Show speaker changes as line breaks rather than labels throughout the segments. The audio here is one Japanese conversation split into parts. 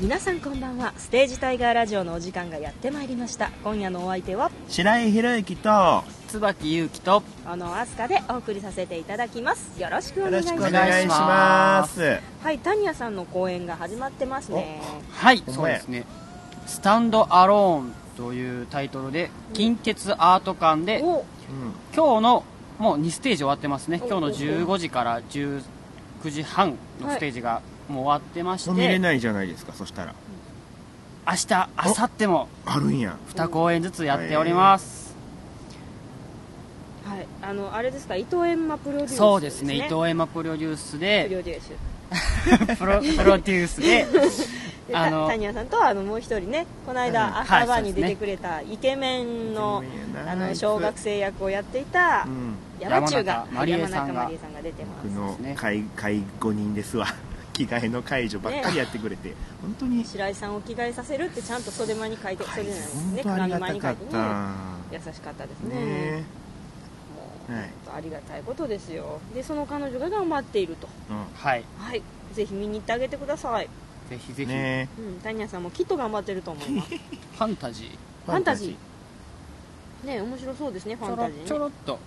皆さんこんばんはステージタイガーラジオのお時間がやってまいりました今夜のお相手は
白井宏之と
椿ゆうきと
あのアスカでお送りさせていただきますよろしくお
よ
願
ろ
い
し
し
くお
ます
願いします
はいタニアさんの公演が始まってますね
はい
お前
そうですね「スタンドアローン」というタイトルで近鉄アート館で
お
今日のもう2ステージ終わってますね
お
今日の15時から19時半のステージがもう終わってまして、
うん、見れ
明
ないじゃないですかそしたら
日明後日も
あるんや
2公演ずつやっております、
はいあのあれですか伊藤閻魔プロデュース
そうですね伊藤エマプロデュース
プ
で
ロデュース
プロプロデュースで
で
あ
た
の
タニアさんとあのもう一人ねこの
うん
間アフターバーに出
は
て
い
くれたイケメンの
イケメンやな
あ
あ
の
いつ
小学生役をやっていた
うん
山中が
山中まりえさんが
山中まりえさんが出てます
僕の
そうですね
介介護人ですわ 着替えの介助ばっかりやってくれて、本当に
白井さんを着替えさせるってちゃんと袖間に書いて、袖じゃないですね
本当あ
鏡
りが
間
た
に
か
書
っ
いてね
た
優しかったですね
ね
もう、
はい
本当ありがたいことですよでその彼女が頑張っていると
う
はい
はいぜひ見に行ってあげてください、
ぜひぜ
ん
ひ、
ね
うん、タニアさんもきっと頑張ってると思います
ファンタジー
ファンタジーね面白そうですねファンタジーね
ちょろっと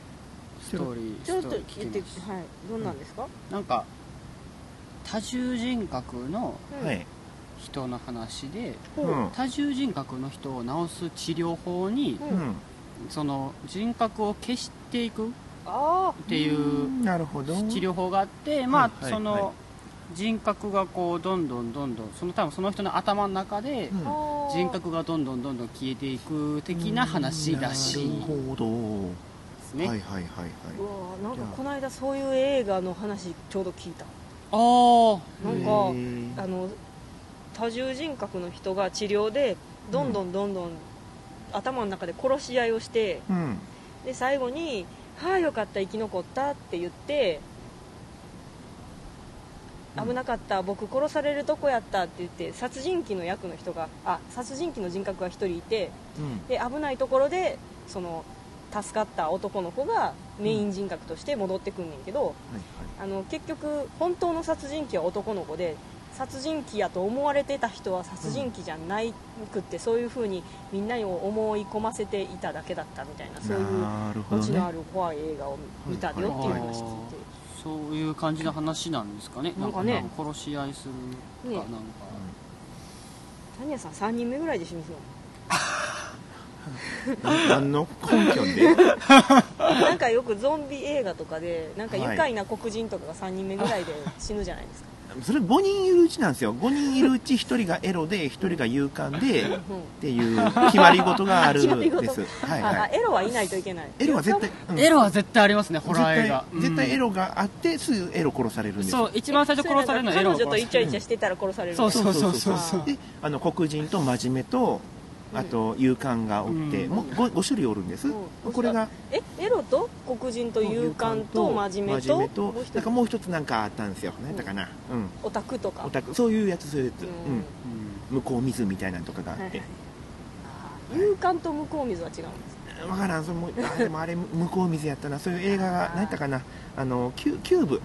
ストーリー
ちょろっと
ストーリー
言って
聞きます
はいどんなんですか、
なんか多重人格の
うん
はい、
人の話で
ほう
うん
多重人格の人を治す治療法に
う
うんん、
その人格を消していくっ
あ
ていう
なるほど
治療法があってま
はい
あ
はい
そ
はい
の人格がこうどんどんどんどんその多分その人の頭の中で
うん
ーあー
人格がどんどんどんどん消えていく的な話らしい
なる
で
ほど、
す
はいはいは
ね
いはいう
わーなんかこの間そういう映画の話ちょうど聞いた
あー
なんか
へー
あの多重人格の人が治療でどんどんどんどん、頭の中で殺し合いをして
うん
で最後に「はあよかった生き残った」って言って「
うん
危なかった僕殺されるとこやった」って言って殺人鬼の役の人があ殺人鬼の人格が1人いて
うん
で危ないところでその助かった男の子がメイン人格として戻ってくんねんけど、
はいはい
あの結局本当の殺人鬼は男の子で殺人鬼やと思われてた人は殺人鬼じゃないくって、そういうふうにみんなを思い込ませていただけだったみたいなそういう
なるほ
オ
ど
チのあ
ね
る怖い映画を見たよっていう
はいはい
話聞い
そういう感じの話なんですかね
なんかね
なんか殺し合いする
ね
かなんか、
て谷さん3人目ぐらいで死にそう
何の根拠で
なんかよくゾンビ映画とかでなんか愉
はい
快な黒人とかが3人目ぐらいで死ぬじゃないですか、
それ5人いるうちなんですよ5人いるうち1人がエロで1人が勇敢でっ
うん
ていう決まり事がある
決まり
ん
事
ですはい
あ
は
あ
い
エロはいないといけない
エロは絶対、うん
エロは絶対ありますねホ
絶
ラー映
対
画
絶対エ
ロ、
ロがあってすぐエロ殺されるんです
そ
よ
う一番最初殺されるのはエ
彼
ロ
女とイチャイチャしてたら殺される
そうそうそうそう
そう
であの黒人と真面目とあと勇敢がおって、
うん
もう 5, 種類おるんです、
うん
これが
えエロと黒人と勇敢と真面目と
真面目と
もう一人
なんかもう一つなんかあったんですよ何だったかな、うん
オタクとか
オタクそういうやつそういうやつ、
うん
うん向こう水みたいなのとかがあっ
はいはい
て、
あー勇敢と向こう水は違うんです
わからんそれもあでもあれ向こう水やったなそういう映画
あ
が
ー
何やったかなあのキュキューブ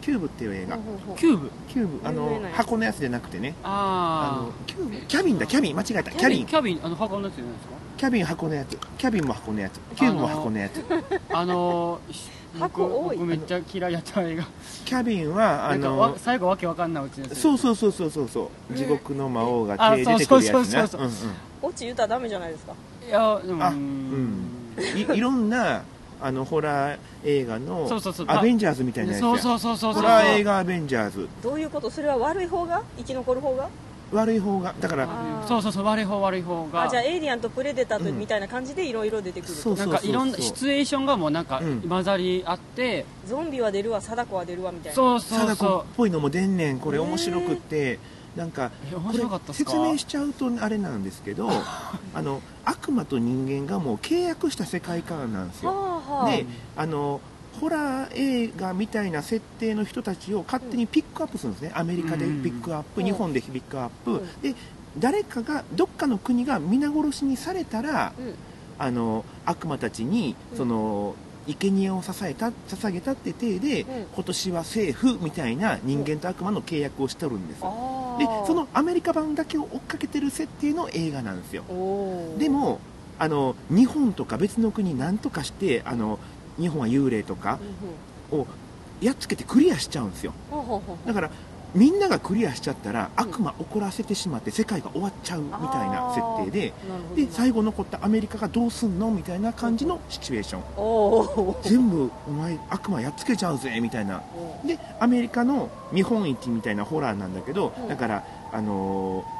キューブっていう映
ほ
画
うほうほう
キューブ
キューブあ
有
の
名なやつ
箱のやつじゃなくてねあ
あ
のキューブキャビンだキャビン間違えた
あ
キャビン
キャビンあの箱のやつじゃない です
キャビン箱のやつキャビンも箱のやつキューブも箱のやつ
かあのーし僕
箱多い
僕めっちゃ嫌いやった映画
キャビン はあ
なんか
の
わ最後わけわかんないうちに
そう
う
そうそうそうそうそう地獄の魔王が
あ
手出てくるやつ
そ
な
うそうそうそ
オチ言うたらダメじゃないですか
いやでも
あ
うー
うんう
ん
んいい ろんなあのホラー映画の
そうそうそう
アベンジャーズみたいなやつや
そうそうそうそうそ
ホ
う
ラー映画アベンジャーズ
どういうことそれは悪い方が生き残る方が
悪い方がだから
あーそうそうそう悪い方悪い方が
あじゃあエイリアンとプレデターと
うん
みたいな感じでいろいろ出てくると
そう
なんかいろんなシチュエーションがもうなんか
うん
混ざり合って、
ゾンビは出るわ貞子は出るわみたいな
そうそう
貞子っ
そ
ぽいのも出んねんこれ
へー
面白くってなんか
うえ
こ
面
れ
白かったっすか
説明しちゃうとあれなんですけ どあの悪魔と人間がもう契約した世界観なんです
は
よ
あはあ
であのホラー映画みたいな設定の人たちを勝手にピックアップするんですねアメリカでピックアップ
うん
日本でピックアップ、
うん
で誰かがどっかの国が皆殺しにされたら
うん
あの悪魔たちに
うん
その、生贄を捧げた捧げたって体で、
うん
今年はセーフみたいな人間と悪魔の契約をしとるんですよ
あ
でそのアメリカ版だけを追っかけてる設定の映画なんですよ
おー
でもあの日本とか別の国なんとかしてあの日本は幽霊とか
うんうん
をやっつけてクリアしちゃうんですよ
ほうほうほうほ
だ
う
からみんながクリアしちゃったら
うん
悪魔怒らせてしまって世界が終わっちゃうみたいな設定で
なるほど
で最後残ったアメリカがどうすんのみたいな感じのシチュエーション
おー
全部お前悪魔やっつけちゃうぜみたいな
おー
でアメリカの見本市みたいなホラーなんだけど、
うん
だからあのー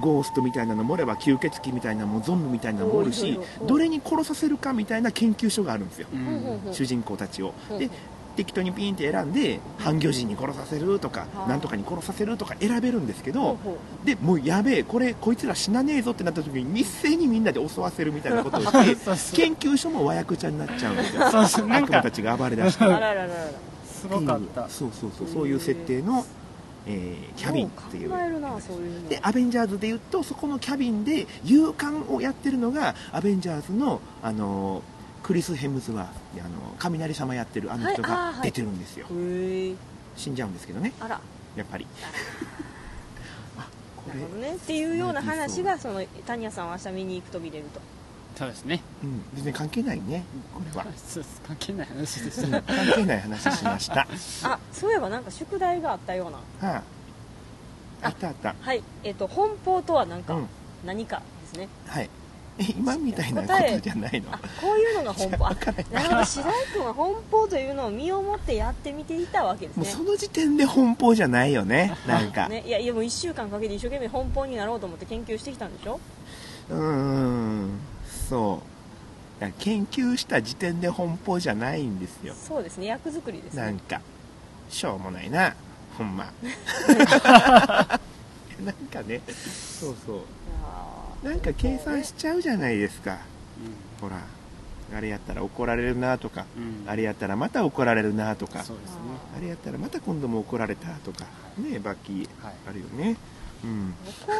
ゴーストみたいなのもおれば吸血鬼みたいなのもゾンビみたいなのもお
お
る
い
し
ろいろ
どれに殺させるかみたいな研究所があるんですよ、
ほうほうほう
主人公たちを
ほう
で適当にピンって選んで半魚人に殺させるとか
あー
なんとかに殺させるとか選べるんですけ
ほう
ど
ほう
でもうやべえこれこいつら死なねえぞってなった時に一斉にみんなで襲わせるみたいなことをして
そうそう
研究所も和訳者になっちゃうんですよ
そうそうなん
悪魔
か
たちが暴れ出して
あららららら
すごかった
そうそうそうそういう設定の、えーキャビンってい
よう考え
う
るなそういうの
でアベンジャーズでいうとそこのキャビンで勇敢をやってるのがアベンジャーズの、あのークリス・ヘムズワーフであの雷様やってるあの人
はいあー
が
はい
出てるんですよ、
へえ
死んじゃうんですけどね
あら
やっ ぱりあこ
な
れ
るほどねっていうような話がその谷谷さんは明日見に行くと見れると
そうですね
うん全然関係ないねこれは
そうです関係ない話です
うん
ね
関係ない話しました
あそういえばなんか宿題があったような
はあ、あったあった
はいえっ、と奔放とは何か、
うん
何かですね
はいえ今みたいなことじゃないの
あこういうのが奔放あ
分からな
な
い
るほど白井君は奔放というのを身をもってやってみていたわけです
もう
ね
その時点で奔放じゃないよね、なんか。
ね、いやいやもう1週間かけて一生懸命奔放になろうと思って研究してきたんでしょ
うーん、そう。だから研究した時点で奔放じゃないんですよ。
そうですね役作りです
なん
ね
か、しょうもないな、ほんま。なんかね、そうそう。
いやー
なんか計算しちゃうじゃないですか、ほら。あれやったら怒られるなとか、
うんうん
あれやったらまた怒られるなとか、
そうですね
あれやったらまた今度も怒られたとか、ね、バッキー
はい
あるよね。うん。
怒怒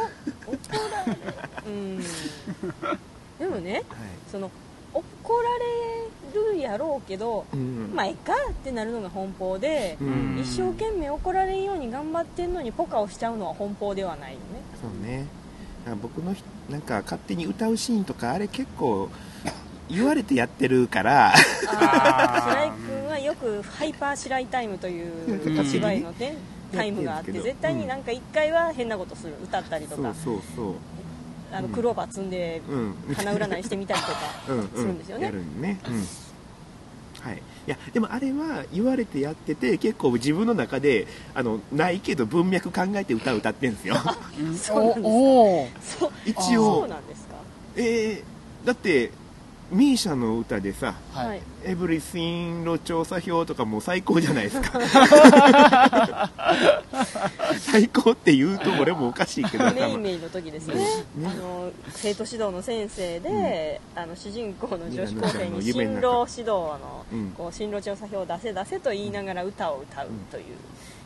られるうん でもね
はい。
その怒られるやろうけど
うん。
まあええかってなるのが奔放で
う、ん
一生懸命怒られんように頑張ってんのにポカをしちゃうのは奔放ではないよね
そうねなんか僕のひなんか勝手に歌うシーンとかあれ結構言われてやってるから
あ
あ
ー
ー
白井君はよくハイパー白井タイムというお芝居のね
うん
タイムがあって絶対になんか1回は変なことする歌ったりと
そう
か
そうそ
あのクローバー積んで
ううん
花占いしてみたりとか
うん
するんですよね
やるんね、うんはい、いやでもあれは言われてやってて結構自分の中であのないけど文脈考えて歌歌ってんで すよ
うん
そうなんですか
おおー
そう
一
そう
応
なんですか
えーだってミーシャの歌でさ
はい
「エブリスイン路調査票」とかもう最高じゃないですか最高って言うと俺もおかしいけど
メイ
頭
メイの時ですね
うん
あの生徒指導の先生で、あの主人公の女子高生に
みんな
進
の
路指導の、
うん
こう進路調査票を出せ出せと言いながら歌を歌うという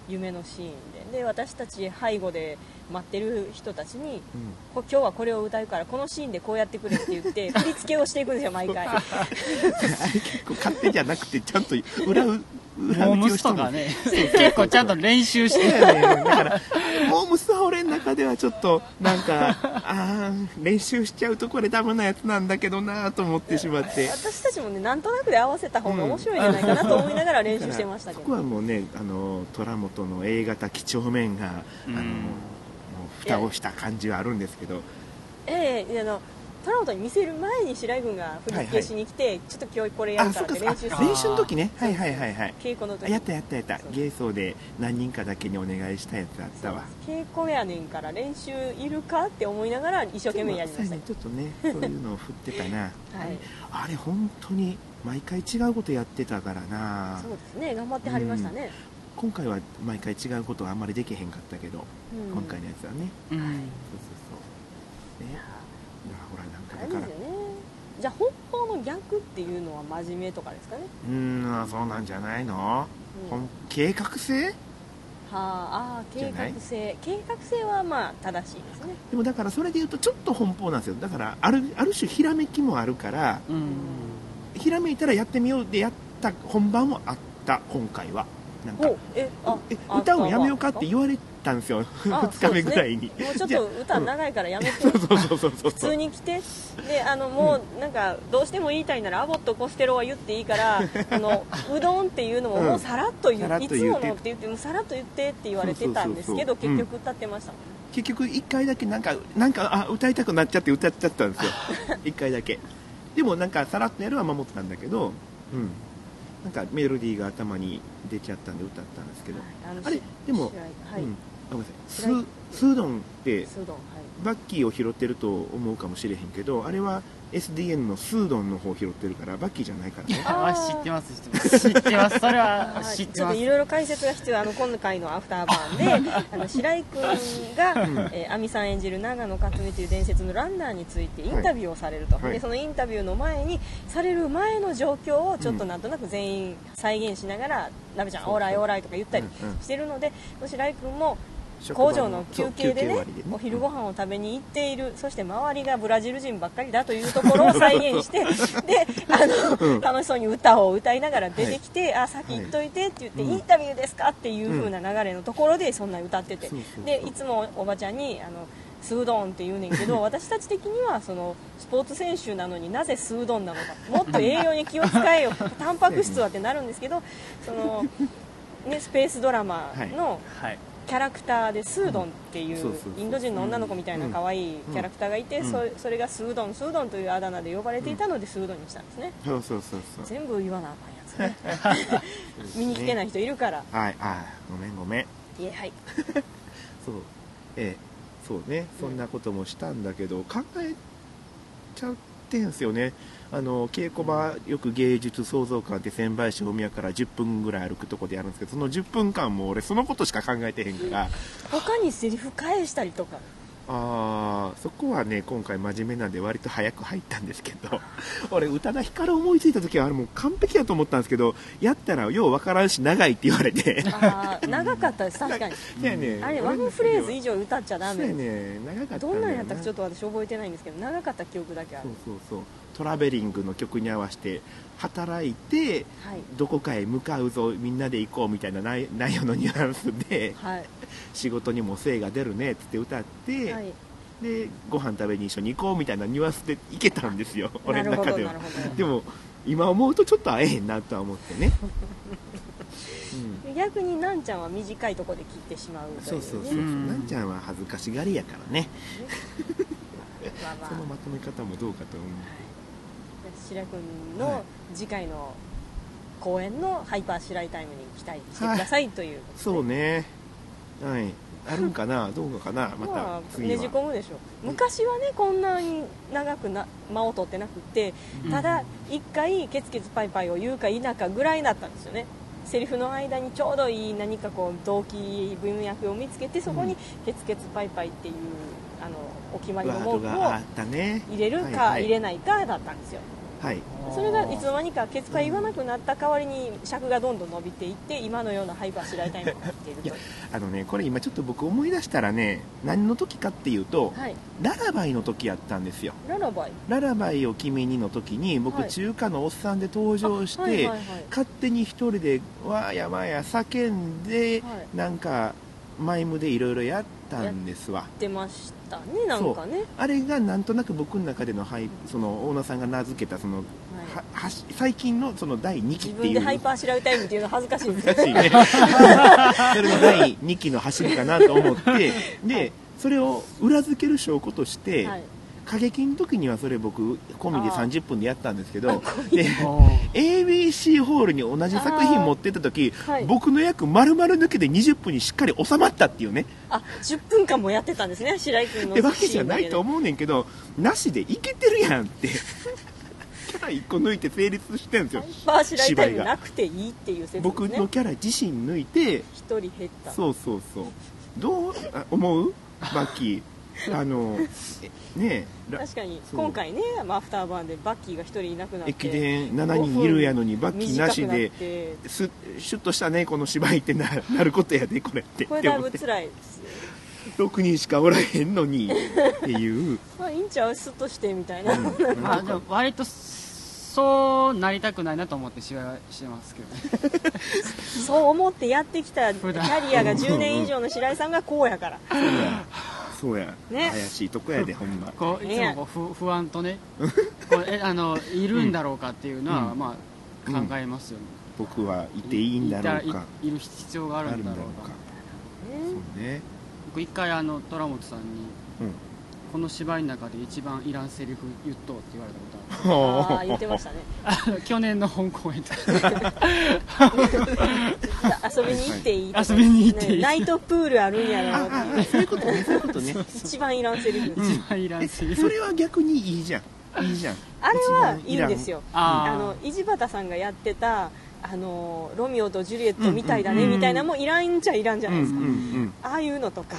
夢のシーンでで私たち背後で待ってる人たちに
うん
こ今日はこれを歌うからこのシーンでこうやってくれって言 って振り付けをしていくんですよ毎回
あれ結構勝手じゃなくてちゃんと裏う裏
モ
打
ーム
ちを
ス
した
と
も
か
ん
ね結構ちゃんと練習して
だよねだからモームスは俺の中ではちょっとなんかあー練習しちゃうとこれダメなやつなんだけどなと思ってしまって
私たちもねなんとなくで合わせた方が面白いんじゃないかなと思いながら練習してましたけ
そ
ど、
こはもうねあの虎本の A 型几帳面があ
う
の
ん
もう蓋をした感じはあるんですけど
ええあの虎本に見せる前に白井君が振り付けしに来て、ちょっと今日これや
あ
るか
そ
ら
っ
って練習す
かそっか
る
あ練習の時ねはいはいはいはい
稽古の時
あやったやったやった
そう
ゲイソーで何人かだけにお願いしたやつあったわ
稽古やねんから練習いるかって思いながら一生懸命やりました
でもそうやねちょっとねそういうのを振ってたな
はい
あれ本当に毎回違うことやってたからな
そうですね頑張ってはりましたね、
今回は毎回違うことはあんまりできへんかったけど、
うん
今回のやつはね
うん
そうそうそうねあほらなん
あ
かだ
れで
か
す
ら
よねじゃあ本当の逆っていうのは真面目とかですかね、
うーんそうなんじゃないの、
うん
ほ
は
ん計画性
ああー
じ
計
ゃない
画性計画性はまあ正しいですね
でもだからそれで言うとちょっと奔放なんですよだからあるある種ひらめきもあるから
うん
ひらめいたらやってみようでやった本番もあった今回はなんか
おえあ
え
あ
歌うのやめようかって
そう
言われたんです よ
あ
2日目ぐらいに、
そうですね、もうちょっと歌長いからやめて、
そうそうそうそう
普
そう
通に来てであのもうなんかどうしても言いたいならアボットコステロは言っていいから あのうどんっていうのももうさらっと言
さ
う、
らっ
い
と
つ
言う
ものって言ってもうさらっと言ってって言われてたんですけど
そうそうそうそううん
結局歌ってましたもんね、
結局1回だけなんかなんかあ歌いたくなっちゃって歌っちゃった んですよ1回だけでもなんかさらっとやるは守ったんだけどうんなんかメロディーが頭に出ちゃったんで歌ったんですけど
はいの
あれで
白
も
いはい、
うん、あごめんなさ
白
い
い
ススードンって
スードンはい
バッキーを拾ってると思うかもしれへんけどあれは SDN のスードンの方を拾ってるからバッキーじゃないからね
あー知ってます知ってます知ってますそれは
はい
知っ
ち
て
ょっ
ま
と
す
いろいろ解説が必要あの今回のアフターバーン であの白井君が、えー、亜美さん演じる長野克美という伝説のランナーについてインタビューをされると、
はい
でそのインタビューの前にされる前の状況をちょっとなんとなく全員再現しながら「なべちゃんオーライオーライ」とか言ったり
うんうん
してるので白井君も
職場
工場の休憩でね
そう休憩終わりでね
お昼ご飯を食べに行っているそして周りがブラジル人ばっかりだというところを再現 してであの、
うん
楽しそうに歌を歌いながら出てきて「あ先行っといて」って言って、
うん
インタビューですか?」っていう風な流れのところでそんな歌ってて、
そうそうそう
でいつもおばちゃんにあの「スードン」って言うねんけ ど私たち的にはそのスポーツ選手なのになぜスードンなのかもっと栄養に気を使え よタンパク質はってなるんですけどその、ね、スペースドラマの、
はい
キャラクターでスードンっていう
そうそうそう
インド人の女の子みたいな可愛いキャラクターがいて
うん
そそれがスードンスードンというあだ名で呼ばれていたのでスードンにしたんですね
そうそうそうそう
全部言わなあかんや つね見に来てない人いるから
はいあーごめんごめん
いえはい
そうええそうねそんなこともしたんだけど、考えちゃってんすよねあの稽古場よく芸術創造館って仙台市大宮から10分ぐらい歩くとこでやるんですけどその10分間も俺そのことしか考えてへんから
他にセリフ返したりと か
あーそこはね今回真面目なんで割と早く入ったんですけど 俺宇多田ヒカル思いついた時はあれもう完璧だと思ったんですけどやったらようわからんし長いって言わ れて
あー長かったです確かに
そうやね
あれワンフレーズ以上歌っちゃダ
そうや
メ
ね長かっただよ
どんなんやったかちょっと私覚えてないんですけど長かった記憶だけあ
そ
る
うそうそうトラベリングの曲に合わせて働いて
はい
どこかへ向かうぞみんなで行こうみたいな内 内容のニュアンスで
はい
仕事にも精が出るねっつって歌って、
はい
でご飯食べに一緒に行こうみたいなニュアンスで行けたんですよ俺
なる
の
ほ
中
ど
で
な
は
るほど
でも今思うとちょっと会えへんなとは思って ね、うん
逆になんちゃんは短いとこで切ってしまうと
そ
いうう
そうそう
ね
そう
うん
なんちゃんは恥ずかしがりやからね
まあまあ
そのまとめ方もどうかと思う
白井君
は
の次回の公演のハイパー白井タイムに期待してくださいということ
そうねはいあるん かなどうかな
で、
また
まあ、
次
ね
は、
じ込むでしょう昔はねこんなに長くな間を取ってなくってただ一回ケツケツパイパイを言うか否かぐらいだったんですよねセリフの間にちょうどいい何かこう動機文脈を見つけてそこ
う
に
ん
ケツケツパイパイっていうあのお決まり
ワ
の
ード
文句を
があったね
入れるか
はいはい
入れないかだったんですよ、
はい
それがいつの間にかケツが言わなくなった代わりに尺がどんどん伸びていって今のようなハイパー白井タイムになっていると
あのねこれ今ちょっと僕思い出したらね何の時かっていうと、
はい
ララバイの時やったんですよ
ララバイ
ララバイを君にの時に僕、
はい
中華のおっさんで登場して、
はいはいはい
勝手に一人でわーやわーや叫んで、
はい
なんかマイムでいろいろやったんですわ
出ましたねなんかね
あれがなんとなく僕の中でのハイそのオーナーさんが名付けたその、は
はい
はし最近のその第2
自
期って
分
い
で
う
ハイ パー白井タイムっていうの恥ずかしいんですけ
ら
ど
しいねそれの第2期の走りかなと思ってでそれを裏付ける証拠として、
はい
過激の時にはそれ僕コミで
あー
30分でやったんですけどで
おー
ABC ホールに同じ作品持ってった時、
あーはい
僕の役丸々抜けて20分にしっかり収まったっていうね
あ10分間もやってたんですね白井君の
ってわけじゃ
シーンだ
な
け
い
で
と思うねんけどなしでいけてるやんって キャラ1個抜いて成立してるんですよ
ハイパー白井タイムなくていいっていう説です
僕
ね
のキャラ自身抜いて
一人減った
そうそうそうどうあ思うバ ッキーあのえねえら
確かに
そう
今回ねまあアフターバーンでバッキーが一人いなくなって
駅伝7人いるやのにバッキーなし
短くな
で
って
すシュッとしたねこの芝居ってななることやでこれって
これだいぶ
って
辛いですよ
思って6人しかおらへんのにっていう
まあいいんちゃうスッとしてみたいな、
うん
あでも割とそそうなりたくないなと思って試合はしてますけどね
そう思ってやってきたキ
普段
ャリアが10年以上の白井さんがこうやから
そうやそうや、
ね
怪しいとこやでほんま
こういつもこう不不安 とねこうえあのいるんだろうかっていうのは、
うん
まあ
うん
考えますよね、
僕はいていいんだろう
いた
か
いいる必要があ
あ
るんだろうか
そうね
僕一回あの虎本さんに
うん
この芝居の中で一番いらんセリフ言っとうって言われたこと
あ
ある
あ言ってましたね
あの 去年の香港へ
遊びに行っていいとか
遊びに行っていい
ねナイトプールあるんやろ
あああそういうことねそういうことね
一番いらんセリフ、
ん
一番いらんセ
え
リ
そ
フ
れは逆にいいじゃんいいじゃん
あれはいいんですよ
あー
あの飯端さんがやってたあのロミオとジュリエットみたいだね
うん
みたいなのもいらんじゃいらんじゃ
う
な
んう
い
ん
ですか、
う
あ
ん
あいうのとか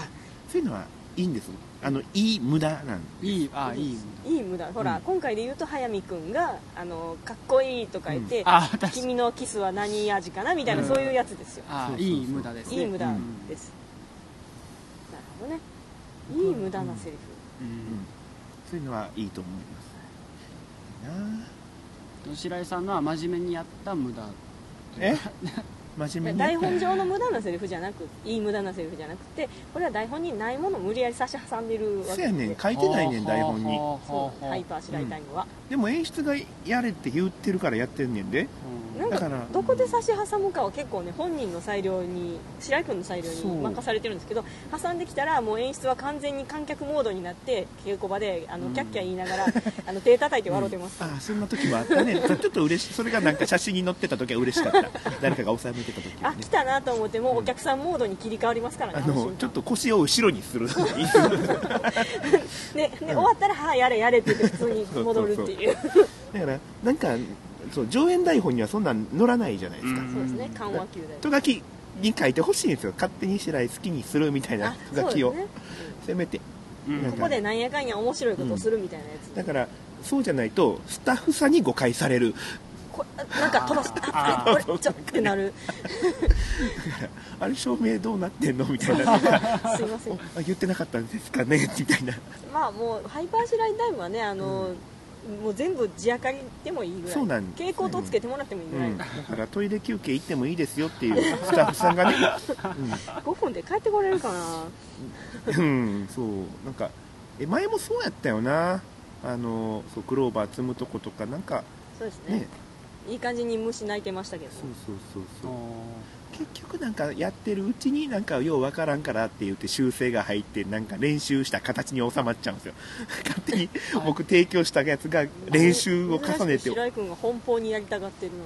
そういうのはいいんですあのいい無駄なん
いいあいい
いい無駄ほら、
うん
今回で言うと速水君があのかっこいいとか言って、
あ確かに
君のキスは何味かなみたいな、
うん
そういうやつですよ
あ
そうそうそう
いい無駄ですね
いい無駄
うん
です、なるほどねいい無駄なセリフ、
うん
そういうのはいいと思いますいいな
白井さんのは真面目にやった無駄
え真面目に
台本上の無駄なセリフじゃなくいい無駄なセリフじゃなくてこれは台本にないものを無理やり差し挟んでるわ
そう
け
やねん書いてないねん台本に
ほうほ
そうう
ほうほう
ハイパー白井タイムは、
でも演出がやれって言ってるからやってんねんで
うん
なん
だ
か
から
どこで差し挟むかは結構ね本人の裁量に白井君の裁量に
そう
任されてるんですけど挟んできたらもう演出は完全に観客モードになって稽古場であの
うん
キャッキャ言いながら、あの手叩いて笑うてます、
ああそんな時もあった ねちょちょっと嬉しいそれがなんか写真に載ってた時は嬉しかった誰かが収めてた時は
あ
ね
来たなと思ってもうお客さんモードに切り替わりますからね
あ
あの
の
瞬間
ちょっと腰を後ろにする
ねね終わったら「はあやれやれ」って言って普通に戻るっていう
だからなんかそう上演台本にはそんなん載らないじゃないですか、
うん
そうですね緩和球で
と書きに書いてほしいんですよ勝手に白井好きにするみたいな
あ
と
そう
書
です
きを、
ね
せめて
うん
なん
ここでなんやかんや面白いことをするみたいなやつ、
だからそうじゃないとスタッフさんに誤解される
こあなんか飛ばす
あ
ああれちょっとってなる
あれ照明どうなってんのみたいなな んか
すいません
あ言ってなかったんですかねみたいな
まあもうハイパーシュラインタイムはねあの、もう全部地明かりでもいいぐらい
そうなん
蛍光灯つけてもらってもいいぐ
う
らい、
ん、だからトイレ休憩行ってもいいですよっていうスタッフさん がね、
5分で帰ってこれるかな
うん、うんそうなんかえ前もそうやったよなあのそうクローバー積むとことかなんか
そうですね
ね
いい感じに虫鳴いてましたけど
そうそうそうそう
お
結局なんかやってるうちになんかようわからんからって言って修正が入ってなんか練習した形に収まっちゃうん ですよ勝手に僕提供したやつが練習を重
珍
ね
してく白井君が奔放にやりたがってるの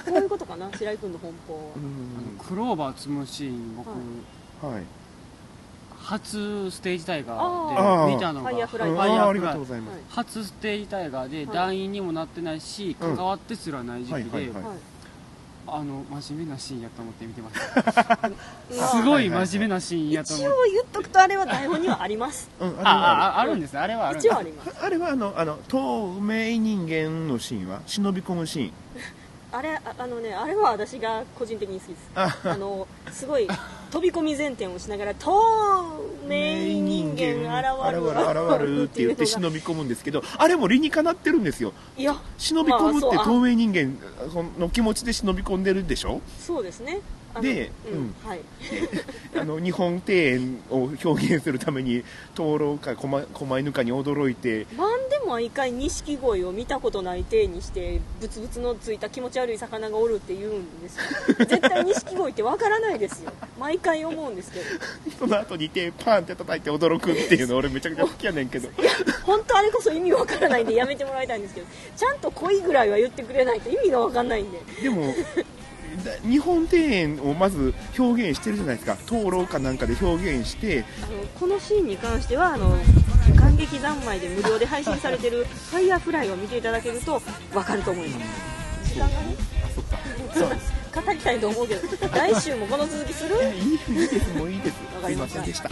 こういうことかな白井君の奔放は
う、ん
ークローバー積むシーン僕
はい
はい
初ステージ大
あ
河
ー
で見たのが
ファイヤーフ
あ
ライ
ー
パ
ファイヤー
ありがとうございます、
はい
初ステージ大河で
はい
団員にもなってないし
う
関
ん
わってすらない時期
はい
で
はい
はい
あの真面目なシーンやと思って見てました
まあ
すごい真面目なシーンやと
一
思
応
って
言っとくとあれは台本にはあります
うん、あれは
あ
ある
あああるんですねあれはあるん
一
です
応あります
あれはあのあの透明人間のシーンは忍び込むシーン
あれああのねあれは私が個人的に好きです
あ
あのすごい飛び込み前転をしながら「透明人間現る
現る現るって言って
いうの
忍び込むんですけどあれも理にかなってるんですよ
がいや
忍び込むって
まあそう
透明人間の気持ちで忍び込んでるでし ょ
そうですねあの
で
うんはい
あの日本庭園を表現するために灯籠か狛狛犬かに驚いて
何でも毎回錦鯉を見たことない体にしてブツブツのついた気持ち悪い魚がおるって言うんですよ絶対錦鯉ってわからないですよ毎回思うんですけど
その後に手パンって叩いて驚くっていうの俺めちゃくちゃ好きやねんけど
本当あれこそ意味わからないんでやめてもらいたいんですけどちゃんと恋ぐらいは言ってくれないと意味がわかんないんで
でもだ日本庭園をまず表現してるじゃないですか灯籠かなんかで表現して
あのこのシーンに関してはあの感激三昧で無料で配信されてる「ファイヤーフライを見ていただけると分かると思います時間がね
あそっかそうです
語りたいと思うけど来週もこの続きする
いいいいですもういいです
わか
すい
り
ま
まし
せ
た
んでした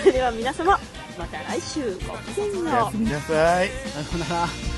それでは皆様また来週ごきげんよ
おや
う
すみなさい
さようなら